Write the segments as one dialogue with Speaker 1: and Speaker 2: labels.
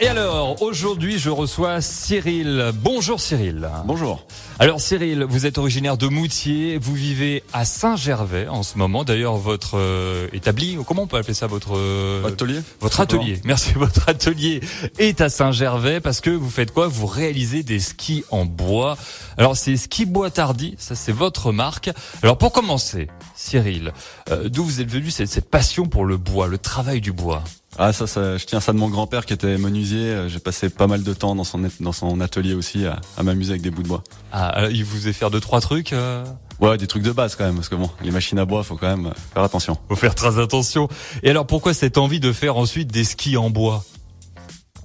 Speaker 1: Et alors, aujourd'hui, je reçois Cyril. Bonjour Cyril.
Speaker 2: Bonjour.
Speaker 1: Alors Cyril, vous êtes originaire de Moutier, vous vivez à Saint-Gervais en ce moment. D'ailleurs, votre euh, établi, comment on peut appeler ça votre euh,
Speaker 2: Atelier
Speaker 1: votre atelier. Merci, votre atelier est à Saint-Gervais parce que vous faites quoi Vous réalisez des skis en bois. Alors c'est ski bois tardi, ça c'est votre marque. Alors pour commencer, Cyril, euh, d'où vous êtes venu cette, cette passion pour le bois, le travail du bois
Speaker 2: Ah ça, ça, je tiens ça de mon grand-père qui était menuisier. Euh, J'ai passé pas mal de temps dans son, dans son atelier aussi à, à m'amuser avec des bouts de bois.
Speaker 1: Ah, alors, il vous faisait faire deux trois trucs. euh
Speaker 2: Ouais, des trucs de base quand même, parce que bon, les machines à bois, faut quand même euh, faire attention.
Speaker 1: Faut faire très attention. Et alors pourquoi cette envie de faire ensuite des skis en bois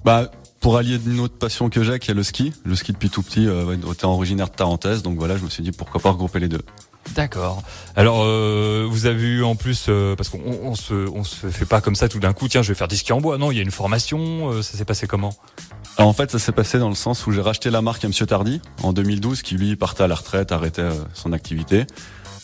Speaker 2: Bah, pour allier une autre passion que j'ai, qui est le ski. Le ski depuis tout petit, euh, ouais, était originaire de Tarentaise, donc voilà, je me suis dit pourquoi pas regrouper les deux.
Speaker 1: D'accord. Alors euh, vous avez eu en plus euh, parce qu'on on on se on se fait pas comme ça tout d'un coup. Tiens, je vais faire des skis en bois. Non, il y a une formation. euh, ça s'est passé comment
Speaker 2: Alors, en fait, ça s'est passé dans le sens où j'ai racheté la marque à Monsieur Tardy en 2012, qui lui partait à la retraite, arrêtait euh, son activité.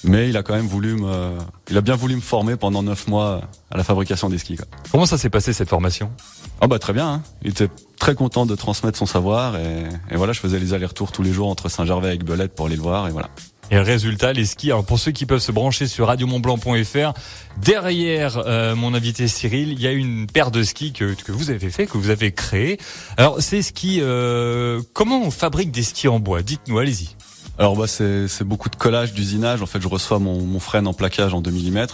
Speaker 2: Mais il a quand même voulu me, il a bien voulu me former pendant neuf mois euh, à la fabrication des skis. quoi.
Speaker 1: Comment ça s'est passé cette formation
Speaker 2: Ah bah très bien, hein. il était très content de transmettre son savoir et, et voilà, je faisais les allers-retours tous les jours entre Saint-Gervais et Belette pour aller le voir et voilà.
Speaker 1: Et le résultat, les skis. Alors pour ceux qui peuvent se brancher sur radiomontblanc.fr, derrière euh, mon invité Cyril, il y a une paire de skis que, que vous avez fait, que vous avez créé. Alors ces skis, euh, comment on fabrique des skis en bois Dites-nous, allez-y.
Speaker 2: Alors bah c'est c'est beaucoup de collage, d'usinage, en fait je reçois mon, mon frêne en plaquage en 2 mm,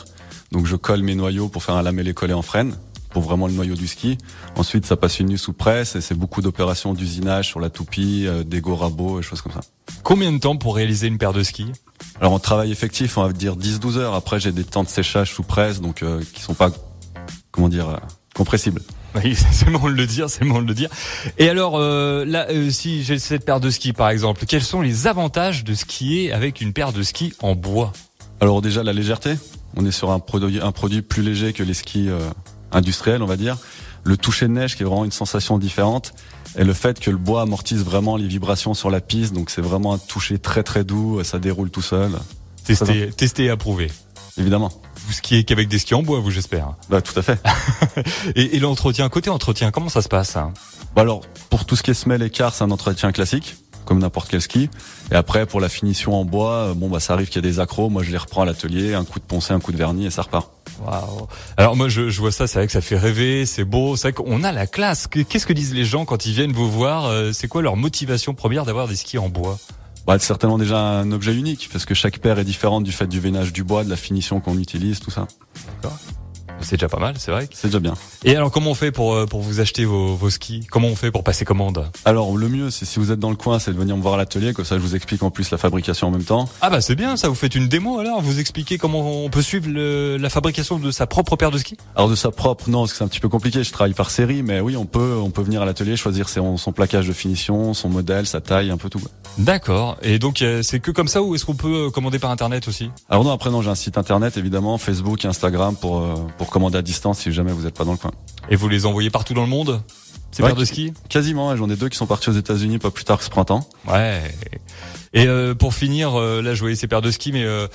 Speaker 2: donc je colle mes noyaux pour faire un lamellé collé en frêne pour vraiment le noyau du ski. Ensuite ça passe une nuit sous presse et c'est beaucoup d'opérations d'usinage sur la toupie, euh, des gros rabots et choses comme ça.
Speaker 1: Combien de temps pour réaliser une paire de skis
Speaker 2: Alors en travail effectif on va dire 10-12 heures, après j'ai des temps de séchage sous presse donc euh, qui sont pas, comment dire, euh, compressibles.
Speaker 1: Oui, c'est bon de le dire, c'est bon de le dire. Et alors, euh, là, euh, si j'ai cette paire de skis par exemple, quels sont les avantages de skier avec une paire de skis en bois
Speaker 2: Alors déjà la légèreté, on est sur un produit, un produit plus léger que les skis euh, industriels, on va dire. Le toucher de neige qui est vraiment une sensation différente, et le fait que le bois amortisse vraiment les vibrations sur la piste, donc c'est vraiment un toucher très très doux, ça déroule tout seul,
Speaker 1: Testé, testé et approuvé.
Speaker 2: évidemment.
Speaker 1: Vous skiez qu'avec des skis en bois, vous j'espère.
Speaker 2: Bah tout à fait.
Speaker 1: Et, et l'entretien, côté entretien, comment ça se passe hein
Speaker 2: Bah alors pour tout ce qui est semelle écart, c'est un entretien classique comme n'importe quel ski. Et après pour la finition en bois, euh, bon bah ça arrive qu'il y a des accros, moi je les reprends à l'atelier, un coup de poncé, un coup de vernis et ça repart.
Speaker 1: Waouh. Alors moi, je, je vois ça, c'est vrai que ça fait rêver, c'est beau, c'est vrai qu'on a la classe. Que- Qu'est-ce que disent les gens quand ils viennent vous voir euh, C'est quoi leur motivation première d'avoir des skis en bois
Speaker 2: Bah, c'est certainement déjà un objet unique, parce que chaque paire est différente du fait du veinage du bois, de la finition qu'on utilise, tout ça.
Speaker 1: C'est déjà pas mal, c'est vrai.
Speaker 2: C'est déjà bien.
Speaker 1: Et alors, comment on fait pour euh, pour vous acheter vos, vos skis Comment on fait pour passer commande
Speaker 2: Alors, le mieux, c'est si vous êtes dans le coin, c'est de venir me voir à l'atelier, comme ça je vous explique en plus la fabrication en même temps.
Speaker 1: Ah bah c'est bien, ça vous faites une démo alors, vous expliquez comment on peut suivre le- la fabrication de sa propre paire de skis
Speaker 2: Alors, de sa propre, non, parce que c'est un petit peu compliqué, je travaille par série, mais oui, on peut, on peut venir à l'atelier, choisir son, son plaquage de finition, son modèle, sa taille, un peu tout. quoi.
Speaker 1: D'accord. Et donc euh, c'est que comme ça ou est-ce qu'on peut euh, commander par internet aussi
Speaker 2: Alors non, après non, j'ai un site internet, évidemment, Facebook, Instagram, pour, euh, pour commander à distance si jamais vous n'êtes pas dans le coin.
Speaker 1: Et vous les envoyez partout dans le monde ces
Speaker 2: Ouais.
Speaker 1: paires de skis
Speaker 2: Quasiment, et j'en ai deux qui sont partis aux États-Unis pas plus tard que ce printemps.
Speaker 1: Ouais. Et euh, pour finir, euh, là je voyais ces paires de skis, mais euh,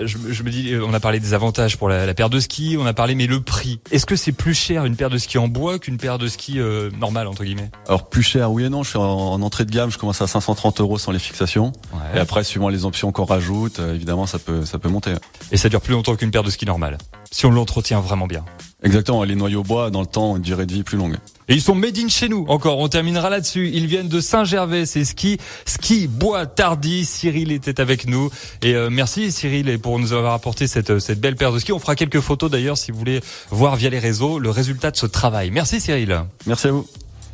Speaker 1: euh, je, me- je me dis, euh, on a parlé des avantages pour la, la paire de skis, on a parlé, mais le prix. Est-ce que c'est plus cher une paire de skis en bois qu'une paire de skis euh, normale entre guillemets
Speaker 2: Alors, plus cher, oui et non, je suis en, en entrée de gamme, je commence à 530 euros sans les fixations. Et
Speaker 1: Ouais.
Speaker 2: après, suivant les options qu'on rajoute, euh, évidemment, ça peut, ça peut monter.
Speaker 1: Et ça dure plus longtemps qu'une paire de skis normale, si on l'entretient vraiment bien.
Speaker 2: Exactement, les noyaux bois, dans le temps, ont une durée de vie plus longue.
Speaker 1: Et ils sont made in chez nous. Encore, on terminera là-dessus. Ils viennent de Saint-Gervais, c'est ski, ski, bois, tardi. Cyril était avec nous. Et euh, merci Cyril et pour nous avoir apporté cette, euh, cette belle paire de skis. On fera quelques photos d'ailleurs si vous voulez voir via les réseaux le résultat de ce travail. Merci Cyril.
Speaker 2: Merci à vous.